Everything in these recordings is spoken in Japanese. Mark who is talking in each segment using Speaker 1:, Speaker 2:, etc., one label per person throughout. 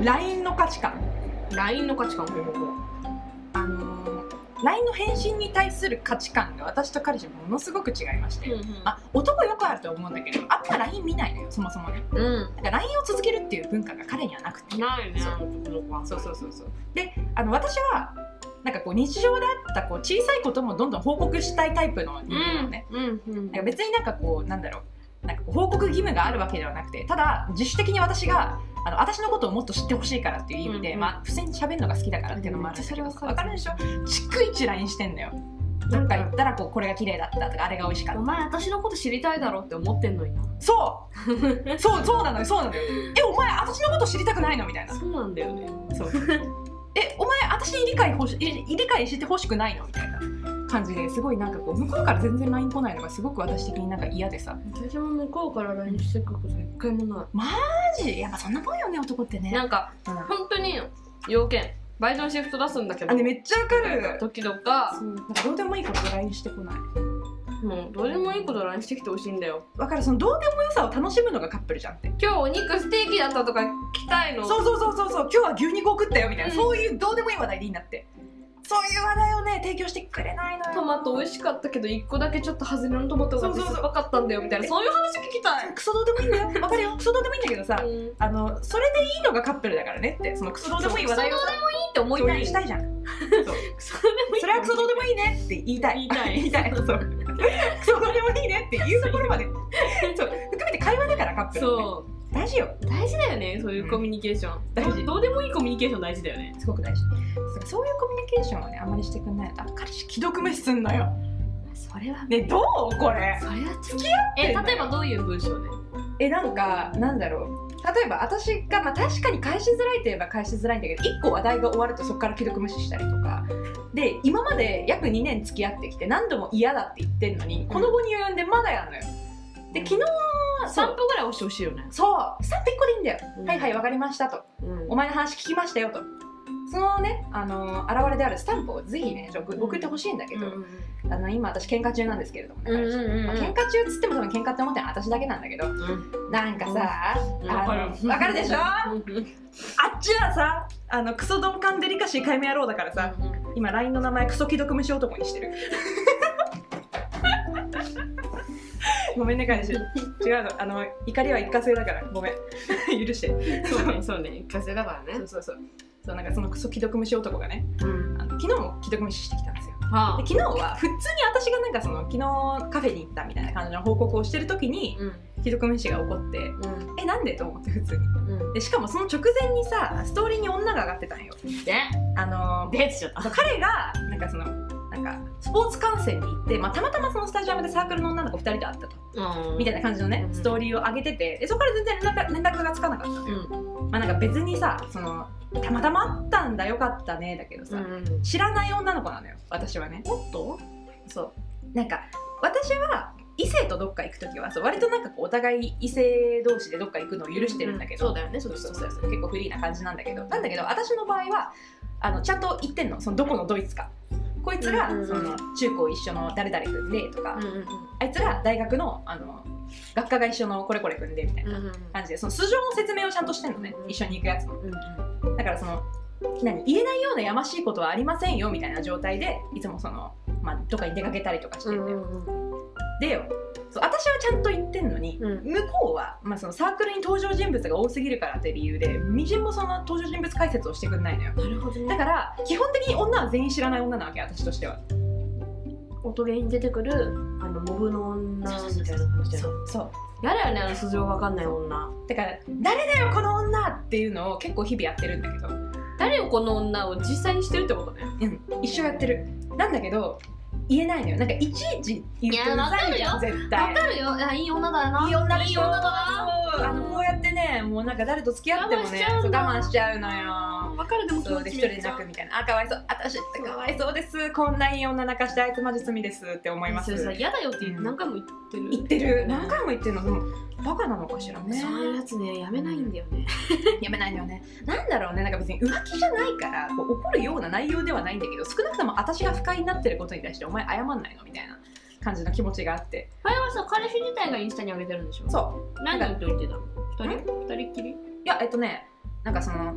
Speaker 1: LINE の価値観
Speaker 2: LINE の価値観ほうほうほう
Speaker 1: あのー LINE の返信に対する価値観が私と彼氏ものすごく違いまして、
Speaker 2: うんうん
Speaker 1: あ男よくあると思うんだけどあんま LINE 見ないのよそもそもね
Speaker 2: うん
Speaker 1: だから LINE を続けるっていう文化が彼にはなくて
Speaker 2: ないね
Speaker 1: そう
Speaker 2: あの男の子は
Speaker 1: そうそうそうそうであの私はなんかこう日常であったこう小さいこともどんどん報告したいタイプの人間なのね、
Speaker 2: うんうん
Speaker 1: なんか別になんかこうなんだろうなんかこう報告義務があるわけではなくてただ自主的に私があの私のことをもっと知ってほしいからっていう意味で、
Speaker 2: うんうん
Speaker 1: まあ、普通に喋るのが好きだからっていうのもあるんだけど、
Speaker 2: うんめっちゃそれ
Speaker 1: 分か
Speaker 2: わか
Speaker 1: る
Speaker 2: る
Speaker 1: でしょ逐一 LINE してんのよなんか言ったらこうこれが綺麗だったとかあれが美味しか
Speaker 2: お
Speaker 1: った
Speaker 2: 前私のこと知りたいだろって思ってんのにな
Speaker 1: そうそうそうなのよそうなのよえお前私のこと知りたくないのみたいな
Speaker 2: そうなんだよね
Speaker 1: そうえお前私に理解ほしい理解してほしくないのみたいな感じですごいなんかこう向こうから全然 LINE 来ないのがすごく私的になんか嫌でさ
Speaker 2: 私も向こうから LINE してくること一回もな
Speaker 1: マジやっぱそんなもんよね男って
Speaker 2: い
Speaker 1: ね
Speaker 2: なんか
Speaker 1: うん
Speaker 2: 本当に要件バイトのシフト出すんだけど
Speaker 1: あねめっちゃわか
Speaker 2: なんか
Speaker 1: る
Speaker 2: 時とか
Speaker 1: そうなんかどうでもいいこと LINE してこない
Speaker 2: もうどうでもいいこと LINE してきてほしいんだよ
Speaker 1: わかるそのどうでもよさを楽しむのがカップルじゃんって
Speaker 2: 今日お肉ステーキだったとか来たいの
Speaker 1: そうそうそうそうそう今日は牛肉を食ったよみたいな、
Speaker 2: うん
Speaker 1: そういうどうでもいい話題でいいんだってそういう話題をね提供してくれないのよ
Speaker 2: トマト美味しかったけど一個だけちょっと外れのトマトがあって
Speaker 1: そうそうそう
Speaker 2: 酸っぱかったんだよみたいなそういう話聞きたい
Speaker 1: クソどうでもいいんだよわかるよクソどうでもいいんだけどさ
Speaker 2: うんいい
Speaker 1: あのそれでいいのがカップルだからねってそのクソどうでもいい話題をさ
Speaker 2: って思いたい
Speaker 1: したいじゃん
Speaker 2: クソでもいい
Speaker 1: それはクソどうでもいいねって言いたい
Speaker 2: 言いたい
Speaker 1: 言いたいそうクソどうでもいいねっていうところまでそう含めて会話だからカップルのね、
Speaker 2: そ
Speaker 1: 大事よ
Speaker 2: う大事だよねそういうコミュニケーション、
Speaker 1: 大事
Speaker 2: どうでもいいコミュニケーション大事だよね
Speaker 1: すごく大事そうそういうコミュニケーションをねあんまりしてくんないあ彼氏既読無視すんのよ
Speaker 2: それは
Speaker 1: ねどうこれ
Speaker 2: それは付き合
Speaker 1: ってんだよ
Speaker 2: え例えばどういう文章で
Speaker 1: えなんかなんだろう例えば私が、まあ、確かに返しづらいといえば返しづらいんだけど1個話題が終わるとそこから既読無視したりとかで今まで約2年付き合ってきて何度も嫌だって言ってんのに、この後に及んでまだやんのよで昨日そう
Speaker 2: 3分ぐらい押してほしいよね、
Speaker 1: そうスタンプ1個でいいんだよ、
Speaker 2: うん
Speaker 1: はいはいわかりましたと
Speaker 2: うん
Speaker 1: お前の話聞きましたよとそのねあのー現れであるスタンプをぜひねちょっと送送ってほしいんだけ
Speaker 2: うん
Speaker 1: ど、
Speaker 2: うん
Speaker 1: あの今私喧嘩中なんですけれどもね、
Speaker 2: うんうんうん
Speaker 1: まあ、喧嘩中っつっても多分喧嘩って思ってるのは私だけなんだけど
Speaker 2: うん
Speaker 1: なんかさ、
Speaker 2: うん
Speaker 1: あの
Speaker 2: わ
Speaker 1: わかるでしょあ
Speaker 2: うんう
Speaker 1: っ
Speaker 2: ん
Speaker 1: ちはさあのクソ鈍感デリカシー解明野郎だからさ今 LINE の名前クソ既読無視男にして るごめんね彼氏違うのあの怒りは一過性だからごめん 許して
Speaker 2: そうねそうね一過性だから
Speaker 1: そ
Speaker 2: ね
Speaker 1: うそうそうそうなんかそのクソ既読無視男がね
Speaker 2: うん
Speaker 1: あの昨日も既読無視してきたんですよ
Speaker 2: は
Speaker 1: で昨日は普通に私がなんかその昨日カフェに行ったみたいな感じの報告をしてる時に
Speaker 2: うん
Speaker 1: 既読無視が起こって
Speaker 2: うん
Speaker 1: えなんでと思って普通に
Speaker 2: うん
Speaker 1: でしかもその直前にさストーリーに女が上がってたんよ
Speaker 2: で
Speaker 1: あのー
Speaker 2: デートしちゃった
Speaker 1: そう彼がなんかそのなんかスポーツ観戦に行って、まあ、たまたまそのスタジアムでサークルの女の子2人と会ったとみたいな感じのね
Speaker 2: うん
Speaker 1: ストーリーを上げててでそこから全然連絡連絡がつかなかったの
Speaker 2: う
Speaker 1: よ、
Speaker 2: ん
Speaker 1: まあ、なんか別にさそのたまたま会ったんだよかったねだけどさ、
Speaker 2: うん
Speaker 1: 知らない女の子なのよ私はね
Speaker 2: おっと
Speaker 1: そうなんか私は異性とどっか行く時はそう割となんかこうお互い異性同士でどっか行くのを許してるんだけど、
Speaker 2: そうだよねそう
Speaker 1: そうそうそう結構フリーな感じなんだけどなんだけど私の場合はあのちゃんと言ってんのそのどこのドイツかこいつが
Speaker 2: うんうんうん
Speaker 1: その中高一緒の誰々君でとか、
Speaker 2: うんうん
Speaker 1: あいつが大学のあの学科が一緒のこれこれ君でみたい
Speaker 2: うん
Speaker 1: な
Speaker 2: うん
Speaker 1: 感じでその素性の説明をちゃんとしてんのね
Speaker 2: うんうん
Speaker 1: 一緒に行くやつの
Speaker 2: うん
Speaker 1: だからその何言えないようなやましいことはありませんよみたいな状態でいつもその、まあ、どっかに出かけたりとかしてて、
Speaker 2: うん
Speaker 1: でよそう私はちゃんと言ってんのに、
Speaker 2: うん
Speaker 1: 向こうは、まあ、そのサークルに登場人物が多すぎるからって理由でみじんもその登場人物解説をしてくんないのよ
Speaker 2: なるほ
Speaker 1: だ
Speaker 2: どね
Speaker 1: から基本的に女は全員知らない女なわけ私としては
Speaker 2: 音ゲーに出てくるあのモブの女みたいな感じだよね
Speaker 1: そうそう
Speaker 2: やだよねあの素性わかんない女
Speaker 1: だから「誰だよこの女!」っていうのを結構日々やってるんだけど、う
Speaker 2: 誰をこの女を実際にしてるってことね
Speaker 1: ん、一生やってるなんだけど言えないのよなんかいちいち言うとうざいじゃん絶対
Speaker 2: るよいやいい女だない
Speaker 1: い女でしょ
Speaker 2: いい女だ
Speaker 1: そうあのこうやってねもうなんか誰と付き合ってもね
Speaker 2: 我慢しちゃう
Speaker 1: そ
Speaker 2: ん
Speaker 1: う
Speaker 2: だ
Speaker 1: 我慢しちゃうのよ
Speaker 2: わかるでも
Speaker 1: そうで一人で泣くみたいな「あかわいそう私ってかわいそうですこんないい女泣かしてあいつマジ罪です」って思いま
Speaker 2: そ
Speaker 1: す
Speaker 2: れさ
Speaker 1: 言
Speaker 2: 嫌だよって何回も言ってる
Speaker 1: ってる何回も言ってるのでもバカなのかしらね
Speaker 2: そういうやつねやめないんだよね
Speaker 1: やめないのよねなんだろうねなんか別に浮気じゃないからこう怒るような内容ではないんだけど少なくとも私が不快になってることに対してお前謝んないのみたいな感じの気持ちがあって
Speaker 2: あれはさ彼氏自体がインスタに上げてるんでしょ
Speaker 1: そう
Speaker 2: 何人と言ってたの
Speaker 1: ん
Speaker 2: 二人二人っきり
Speaker 1: いやえっとねなんかその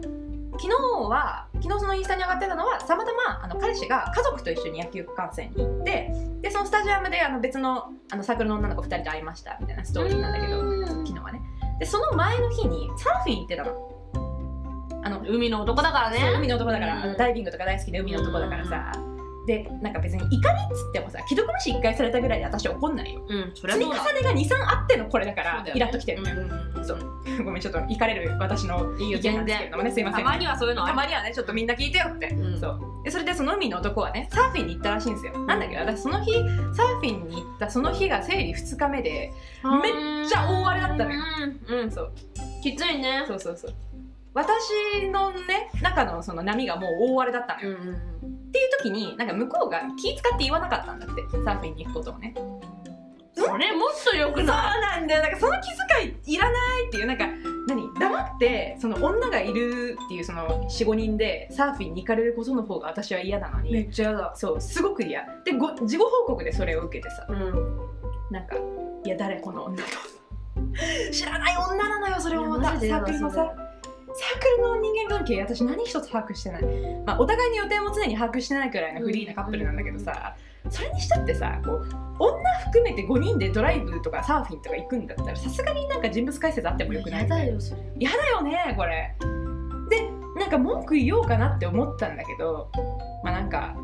Speaker 1: 昨日は昨日そのインスタに上がってたのはたまたまあの彼氏が家族と一緒に野球観戦に行ってでそのスタジアムであの別のあのサークルの女の子2人で会いましたみたいなストーリーなんだけど
Speaker 2: ど
Speaker 1: 昨日はねでその前の日にサーフィン行ってたのあの
Speaker 2: 海の男だからね
Speaker 1: そう海の男だから、
Speaker 2: うん
Speaker 1: あのダイビングとか大好きで海の男だからさ、でなんか別に怒りっつってもさ既読無視1回されたぐらいで私怒んないよ
Speaker 2: うんそりゃ
Speaker 1: 積み
Speaker 2: そう
Speaker 1: 重ね
Speaker 2: だ
Speaker 1: が23あってのこれだから
Speaker 2: そうだよね
Speaker 1: イラっときてるのよ、
Speaker 2: うん
Speaker 1: そうごめんちょっと怒れる私の
Speaker 2: いい
Speaker 1: 意
Speaker 2: よ
Speaker 1: 見なん
Speaker 2: 全
Speaker 1: ですけれ
Speaker 2: 然
Speaker 1: どもねすいませ
Speaker 2: た
Speaker 1: ん
Speaker 2: まにはそういうのあ
Speaker 1: た
Speaker 2: る
Speaker 1: まにはねちょっとみんな聞いてよって、
Speaker 2: うん
Speaker 1: そうでそれでその海の男はねサーフィンに行ったらしいんですよなんだけど私その日サーフィンに行ったその日が生理2日目でめっちゃ大荒れだったのよ
Speaker 2: うんうん
Speaker 1: そう
Speaker 2: きついね
Speaker 1: そうそうそう私のね中のその波がもう大荒れだったのよ、
Speaker 2: んうんうん
Speaker 1: っていう時になんか向こうが気使って言わなかったんだってサーフィンに行くことをね
Speaker 2: それもっと良
Speaker 1: そ
Speaker 2: く
Speaker 1: う
Speaker 2: な
Speaker 1: なんだよなんかその気遣いいらないっていうなんか何黙ってその女がいるっていうその45人でサーフィンに行かれることの方が私は嫌なの
Speaker 2: い
Speaker 1: に、
Speaker 2: っちゃ嫌だ
Speaker 1: そうすごく嫌でご事後報告でそれを受けてさ
Speaker 2: うん
Speaker 1: なんかいや誰この女と知らない女なのよそれもま
Speaker 2: いやマ
Speaker 1: た
Speaker 2: ジで
Speaker 1: サ
Speaker 2: 嫌
Speaker 1: ー
Speaker 2: だ
Speaker 1: クルの
Speaker 2: それ
Speaker 1: さサークルの人間関係私何一つ把握してない、まあ、お互いの予定も常に把握してないくらいのフリーなカップルなんだけどさ、それにしたってさこう女含めて5人でドライブとかサーフィンとか行くんだったらさすがになんか人物解説あってもよくない
Speaker 2: 嫌だよそれ
Speaker 1: 嫌だよねこれでなんか文句言おうかなって思ったんだけどまあなんか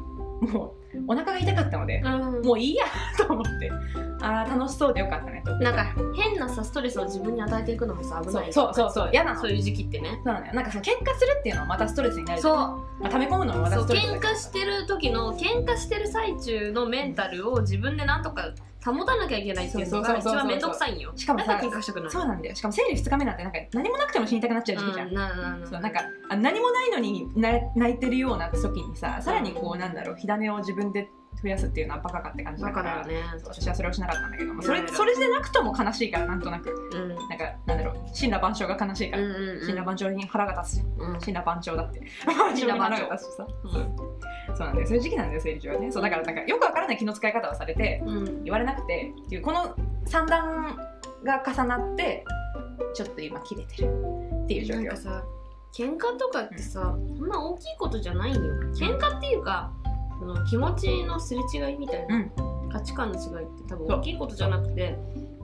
Speaker 1: もうお腹が痛かったので、
Speaker 2: うん
Speaker 1: もういいやと思ってあー楽しそうでよかったねと
Speaker 2: なんか変なさストレスを自分に与えていくのもさ危
Speaker 1: そ
Speaker 2: な
Speaker 1: う
Speaker 2: い
Speaker 1: そうそうそう嫌なの
Speaker 2: そういう時期ってね
Speaker 1: そうなのよなんかその喧嘩するっていうのはまたストレスになる
Speaker 2: そう
Speaker 1: まあ、溜め込むのもまた
Speaker 2: そう
Speaker 1: ストレスだ
Speaker 2: 喧嘩してる時の喧嘩してる最中のメンタルを自分でなんとか保たなきゃいけないっていうのが
Speaker 1: そうそうそうそう
Speaker 2: 一
Speaker 1: そう
Speaker 2: 番面倒くさいんよ
Speaker 1: しかも
Speaker 2: だ
Speaker 1: さ
Speaker 2: から喧嘩したくなる
Speaker 1: そうなんだよしかも生理2日目なんてなんか何もなくても死にたくなっちゃう時期じゃん、
Speaker 2: うんななな
Speaker 1: そうなんかあ何もないのにな泣いてるような時にささらにこうなんだろう火種を自分で増やすっていうのはバカかって感じだ
Speaker 2: だ
Speaker 1: か
Speaker 2: かららね
Speaker 1: 私はそれをしなかったんだけどもそれ
Speaker 2: いやいや
Speaker 1: それでなくとも悲しいからなんとなく
Speaker 2: うん
Speaker 1: なんかなんだろう神羅万象が悲しいか
Speaker 2: う
Speaker 1: ら、
Speaker 2: んうんうん
Speaker 1: 神羅万象に腹が立つし
Speaker 2: うん
Speaker 1: 神羅万象だって 神羅万象
Speaker 2: 神羅万象
Speaker 1: だしさ、そうなんだよそういう時期なんだよ生理中はねそうだからなんかよくわからない気の使い方をされて
Speaker 2: うん
Speaker 1: 言われなくてっていうこの三段が重なってちょっと今切れてるっていう状
Speaker 2: なん
Speaker 1: 況
Speaker 2: かさ喧嘩とかってさそんな大きいことじゃないんよ喧嘩っていうかその気持ちのすれ違いみたいな、
Speaker 1: うん
Speaker 2: 価値観の違いって多分大きいことじゃなくて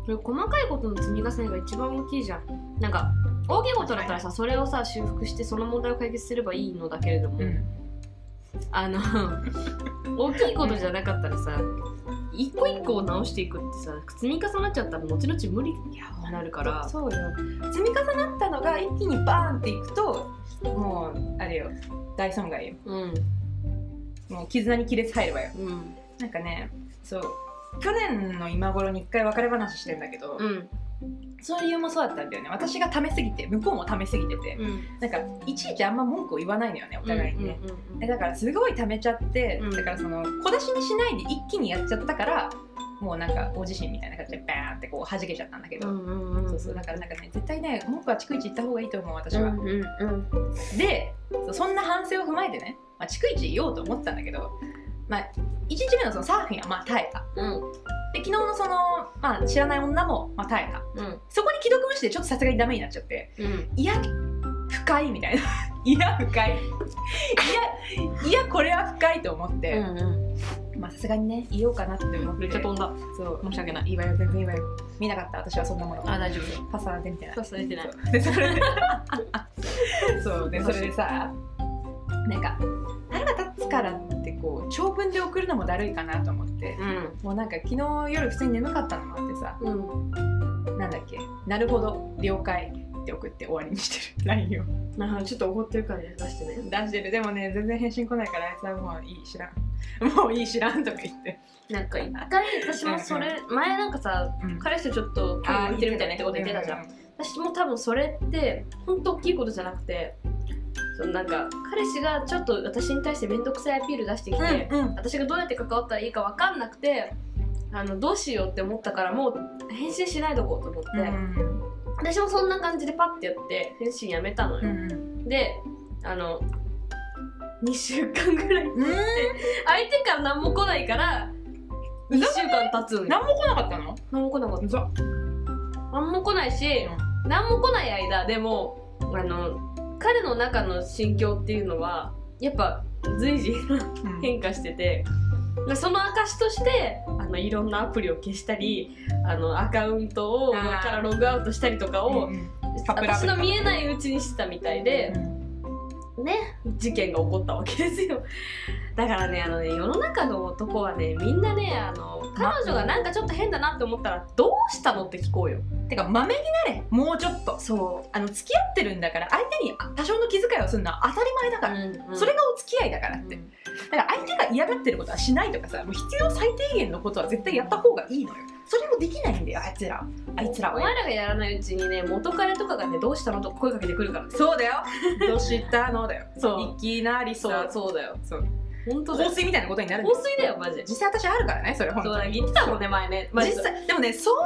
Speaker 2: そういう細かいことの積み重ねが一番大きいじゃんなんか大きいことだったらさそれをさ修復してその問題を解決すればいいのだけれども、
Speaker 1: うん
Speaker 2: あの大きいことじゃなかったらさ一個一個を直していくってさ積み重なっちゃったら後々無理
Speaker 1: いや
Speaker 2: になるから
Speaker 1: そうよ積み重なったのが一気にバーンっていくともうあれよ大損害よ
Speaker 2: うん
Speaker 1: もう絆に亀裂入るわよ
Speaker 2: うん
Speaker 1: なんかねそう去年の今頃に一回別れ話してんだけど、
Speaker 2: うん
Speaker 1: その理由もそうだったんだよね私がためすぎて向こうもためすぎてて、
Speaker 2: うん
Speaker 1: なんかいちいちあんま文句を言わないのよねお互いにね、
Speaker 2: うんうんうん
Speaker 1: えだからすごいためちゃって、
Speaker 2: うん
Speaker 1: だからその小出しにしないで一気にやっちゃったからもうなんかご自身みたいな感じでバーンってこう弾けちゃったんだけど、
Speaker 2: うんうんうんうん
Speaker 1: そうそうだからなんかね絶対ね文句は逐一言った方がいいと思う私
Speaker 2: うん
Speaker 1: は、
Speaker 2: うんうん
Speaker 1: でそうそんな反省を踏まえてね、まあ、逐一言おうと思ったんだけど、まあ、1日目のそのサーフィンはまあ耐えた
Speaker 2: うん
Speaker 1: で昨日のその、まあ、知らない女もまあ耐えた
Speaker 2: うん
Speaker 1: そこに既読無視でちょっとさすがにダメになっちゃって
Speaker 2: うん
Speaker 1: いや不快みたいな いや不快いやいやこれは不快と思って、
Speaker 2: うん
Speaker 1: まあさすがにね言おうかなって思って
Speaker 2: めっちゃ飛んだ
Speaker 1: そう
Speaker 2: 申し訳ない
Speaker 1: いいわよ全然いいわよ見なかった私はそんなもの
Speaker 2: あ大丈夫
Speaker 1: パスなんてみたいな
Speaker 2: そうされてない
Speaker 1: でそれでそうでそ れでさなんか腹が立つからってこう長文で送るのもだるいかなと思って
Speaker 2: うん
Speaker 1: もうなんか昨日夜普通に眠かったのもあってさ
Speaker 2: うん
Speaker 1: なんだっけなるほど了解って送って終わりにしてる LINE を
Speaker 2: なんかちょっと怒ってるからね出してね
Speaker 1: 出してるでもね全然返信来ないからあいつはもういい知らんもういい知らんとか言って
Speaker 2: なんか一回私もそれ前なんかさ
Speaker 1: うん
Speaker 2: 彼氏とちょっと距離置いてるみたいなってこと言ってたじゃん
Speaker 1: ん
Speaker 2: 私も多分それってほんと大きいことじゃなくてそのなんか彼氏がちょっと私に対して面倒くさいアピール出してきて、
Speaker 1: うんうん
Speaker 2: 私がどうやって関わったらいいか分かんなくてあのどうしようって思ったからもう返信しないとこうと思って、
Speaker 1: うん
Speaker 2: 私もそんな感じでパッてやって返信やめたの
Speaker 1: う
Speaker 2: よ、
Speaker 1: ん
Speaker 2: であの2週間ぐらい
Speaker 1: うん
Speaker 2: 相手から何も来ないから2週間経つんよ
Speaker 1: 何も来なかったの
Speaker 2: 何も来なかっ
Speaker 1: うざ
Speaker 2: た何も来ないし、
Speaker 1: う
Speaker 2: 何も来ない間でもあの彼の中の心境っていうのはやっぱ随時変化してて、まあその証としてあのいろんなアプリを消したりあのアカウントを
Speaker 1: あー
Speaker 2: からログアウトしたりとかを、
Speaker 1: カップルアプ
Speaker 2: 私
Speaker 1: リ
Speaker 2: の見えないうちにしてたみたいで、ね事件が起こったわけですよだからねあのね世の中の男はねみんなねあの彼女がなんかちょっと変だなって思ったらどうしたのって聞こうよ
Speaker 1: てかまめになれもうちょっと
Speaker 2: そ
Speaker 1: あの付き合ってるんだから相手に多少の気遣いをするのは当たり前だから、それがお付き合いだからって、だから相手が嫌がってることはしないとかさもう必要最低限のことは絶対やった方がいいのよそれもできないんだよあいつらあいつら
Speaker 2: お
Speaker 1: は
Speaker 2: 前らがやらないうちにね元彼とかがねどうしたのと声かけてくるからね
Speaker 1: そうだ よどうしたのだよ
Speaker 2: そう
Speaker 1: いきなり
Speaker 2: そ
Speaker 1: さ
Speaker 2: うそうだよ
Speaker 1: そう
Speaker 2: 本当
Speaker 1: 香
Speaker 2: だよ
Speaker 1: 水みたいなことになるんだ
Speaker 2: 香
Speaker 1: よ
Speaker 2: 水だよマジ
Speaker 1: 実際私あるからねそれ本
Speaker 2: そう
Speaker 1: 当
Speaker 2: だ
Speaker 1: に
Speaker 2: 言ってたもんね前ね
Speaker 1: 実際でもねそう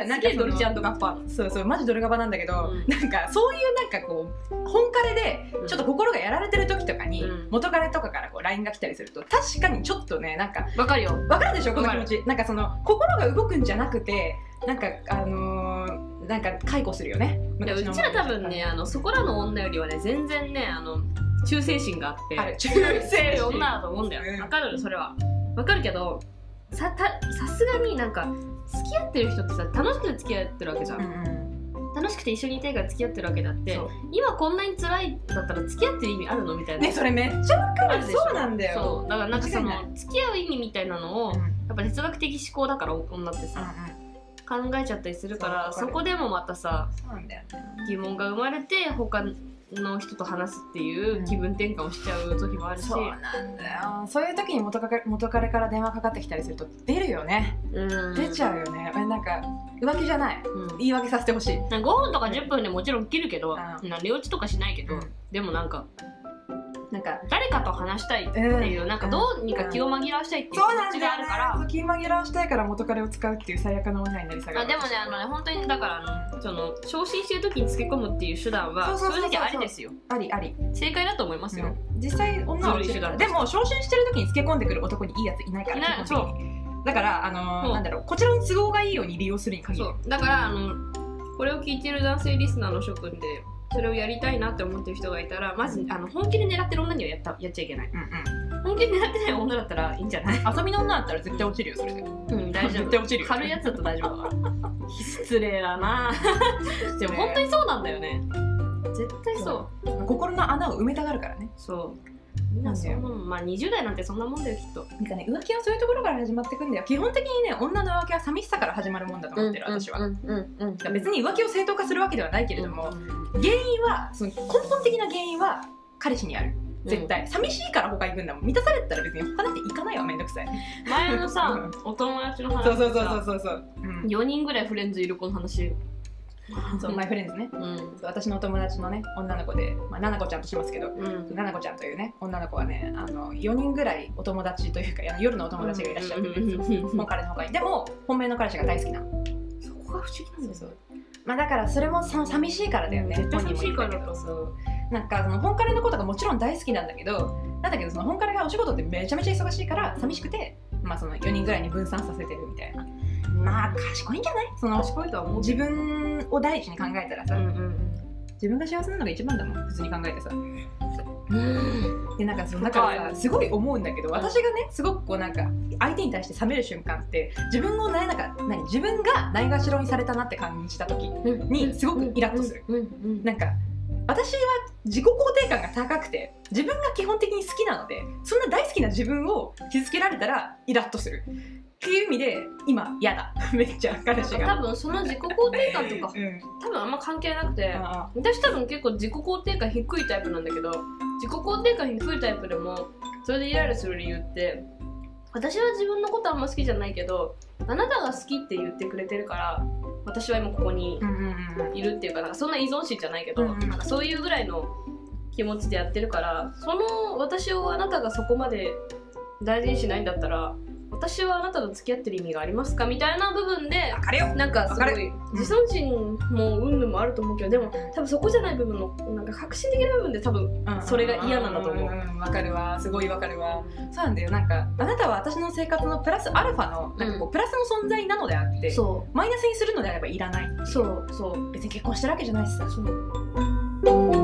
Speaker 1: いうな
Speaker 2: な
Speaker 1: んんか
Speaker 2: げえドルチアンドガッパー
Speaker 1: そうそうマジドルガバなんだけど、
Speaker 2: うん
Speaker 1: なんかそういうなんかこう本彼で
Speaker 2: うん
Speaker 1: ちょっと心がやられてる時とかに、
Speaker 2: うん
Speaker 1: 元彼とかからこう LINE が来たりすると確かにちょっとねなんか
Speaker 2: わかるよ
Speaker 1: わかるでしょこの
Speaker 2: わ
Speaker 1: 気
Speaker 2: か
Speaker 1: 持
Speaker 2: る
Speaker 1: ちなんかその心が動くんじゃなくてなんかあのーなんか解雇するよね
Speaker 2: いやう
Speaker 1: 昔の
Speaker 2: ちら多分ねあのそこらの女よりはね全然ねあの忠誠心があって
Speaker 1: ある中
Speaker 2: 強
Speaker 1: 性
Speaker 2: い女だと思うんだよわかるそれはわかるけどさたさすがになんか付き合ってる人ってさ楽しくて付き合ってるわけじゃ、
Speaker 1: うん
Speaker 2: 楽しくて一緒にいたいから付き合ってるわけだって
Speaker 1: そう
Speaker 2: 今こんなに辛いんだったら付き合ってる意味あるのみたい
Speaker 1: ん、
Speaker 2: な、
Speaker 1: ねそれめっちゃわか
Speaker 2: あ
Speaker 1: る
Speaker 2: るでしょ
Speaker 1: そうなんだよ
Speaker 2: そうだからなんかそ
Speaker 1: 間違い
Speaker 2: の付き合う意味みたいなのを
Speaker 1: うんうん
Speaker 2: やっぱ哲学的思考だから女ってさ、考えちゃったりするから
Speaker 1: そうわか
Speaker 2: そ
Speaker 1: る
Speaker 2: こでもまたさ
Speaker 1: そうなんだよね
Speaker 2: 疑問が生まれて他の人と話すっていう気分転換をしちゃう時もあるし、
Speaker 1: そうなんだよそういう時に元彼元彼から電話かかってきたりすると出るよね
Speaker 2: うん
Speaker 1: 出ちゃうよね、えなんか浮気じゃない
Speaker 2: うん
Speaker 1: 言い訳させてほしい、
Speaker 2: なんか5分とか10分でもちろん切るけど、
Speaker 1: う
Speaker 2: なん、寝落ちとかしないけど、
Speaker 1: うん
Speaker 2: でもなんか
Speaker 1: なんか
Speaker 2: 誰かと話したいっていう、なんかどうにか気を紛らわしたいっていう
Speaker 1: そうなん
Speaker 2: 気持
Speaker 1: だ
Speaker 2: ち
Speaker 1: よ、ね
Speaker 2: があるから、、
Speaker 1: そう気紛らわしたいから元彼を使うっていう最悪の女になり下が
Speaker 2: あ
Speaker 1: る
Speaker 2: でもねあのね本当にだからあのその昇進してる時につけ込むっていう手段は
Speaker 1: そうそうそうそ
Speaker 2: 正
Speaker 1: う
Speaker 2: 直ありですよ
Speaker 1: ありあり、
Speaker 2: 正解だと思いますよ、
Speaker 1: 実際女は落ちるから
Speaker 2: ずる
Speaker 1: で
Speaker 2: い手段
Speaker 1: も昇進してる時につけ込んでくる男にいいやついないから
Speaker 2: いない
Speaker 1: 基本的にだからあの
Speaker 2: そ
Speaker 1: ー、
Speaker 2: う
Speaker 1: なんだろうこちらの都合がいいように利用するに限
Speaker 2: そ
Speaker 1: る
Speaker 2: うだからあのこれを聞いてる男性リスナーの諸君でそれをやりたいなって思ってる人がいたらまずあの本気で狙ってる女にはやったやっちゃいけない
Speaker 1: うんうん
Speaker 2: 本気で狙ってない女だったらいいんじゃない
Speaker 1: 遊びの女だったら絶対落ちるよそれで
Speaker 2: うん大丈
Speaker 1: 絶対
Speaker 2: 夫
Speaker 1: 落ちるよ
Speaker 2: 軽いやつだと大丈夫だわ失礼だな でも本当にそうなんだよね絶対そう
Speaker 1: 心の穴を埋めたがるからね
Speaker 2: そうみんなそんなもんまあ20代なんてそんなもんだよきっと
Speaker 1: なんかね浮気はそういうところから始まってくんだよ基本的にね女の浮気は寂しさから始まるもんだと思ってる、私は、
Speaker 2: うんうんうん
Speaker 1: だから別に浮気を正当化するわけではないけれども、原因はその根本的な原因は彼氏にある絶対、寂しいから他行くんだもん満たされてたら別に他なんて行かないわめんどくさい
Speaker 2: 前のさお友達の話
Speaker 1: そうそうそうそうそうそう、うん、
Speaker 2: 4人ぐらいフレンズいる子の話
Speaker 1: そうマイフレンズね
Speaker 2: うん
Speaker 1: そう私のお友達のね女の子で、まあ、ななこちゃんとしますけど
Speaker 2: うん
Speaker 1: ななこちゃんというね女の子はねあの4人ぐらいお友達というかあの夜のお友達がいらっしゃってるんですよもう彼の他にでも本命の彼氏が大好きなの
Speaker 2: そこが不思議なんですよ
Speaker 1: まあだからそれもさ寂しいからだよね
Speaker 2: 絶対寂しいか
Speaker 1: 本人も言ったけ
Speaker 2: ら
Speaker 1: ど
Speaker 2: とさ
Speaker 1: なんかその本彼のことがもちろん大好きなんだけどなんだけどその本彼がお仕事ってめちゃめちゃ忙しいから寂しくて、まあ、その4人ぐらいに分散させてるみたいなまあ賢いんじゃないその
Speaker 2: 賢いとは思う
Speaker 1: 自分を第一に考えたらさ、
Speaker 2: うん
Speaker 1: 自分が幸せなのが一番だもん普通に考えてさ
Speaker 2: うんうん
Speaker 1: でなんかその
Speaker 2: 深
Speaker 1: だ
Speaker 2: い
Speaker 1: からさすごい思うんだけど私がねすごくこうなんか相手に対して冷める瞬間って自分をないなんか何自分がないがしろにされたなって感じた時にすごくイラッとする
Speaker 2: うんうん
Speaker 1: なんか私は自己肯定感が高くて自分が基本的に好きなのでそんな大好きな自分を傷つけられたらイラッとするっていう意味で今嫌だ めっちゃ彼氏
Speaker 2: 多
Speaker 1: が。
Speaker 2: 分その自己肯定感とか
Speaker 1: うん
Speaker 2: 多分あんま関係なくて
Speaker 1: あ
Speaker 2: 私多分結構自己肯定感低いタイプなんだけど自己肯定感低いタイプでもそれでイライラする理由って私は自分のことあんま好きじゃないけどあなたが好きって言ってくれてるから私は今ここに
Speaker 1: ーうんうんうん
Speaker 2: いるっていうかなんかそんな依存心じゃないけど、
Speaker 1: うんうん
Speaker 2: なんかそういうぐらいの気持ちでやってるからその私をあなたがそこまで大事にしないんだったら私はあなたと付き合ってる意味がありますかみたいな部分で
Speaker 1: わかるよ
Speaker 2: なんかす
Speaker 1: わか
Speaker 2: ごい自尊心も云々もあると思うけどでも多分そこじゃない部分のなんか革新的な部分で多分それが嫌なんだと思うん
Speaker 1: んんわかるわすごいわかるわそうなんだよなんかあなたは私の生活のプラスアルファのなんかこう、
Speaker 2: うん
Speaker 1: プラスの存在なのであって
Speaker 2: そ
Speaker 1: マイナスにするのであればいらないう
Speaker 2: そうそう
Speaker 1: 別に結婚してるわけじゃないしさ
Speaker 2: そう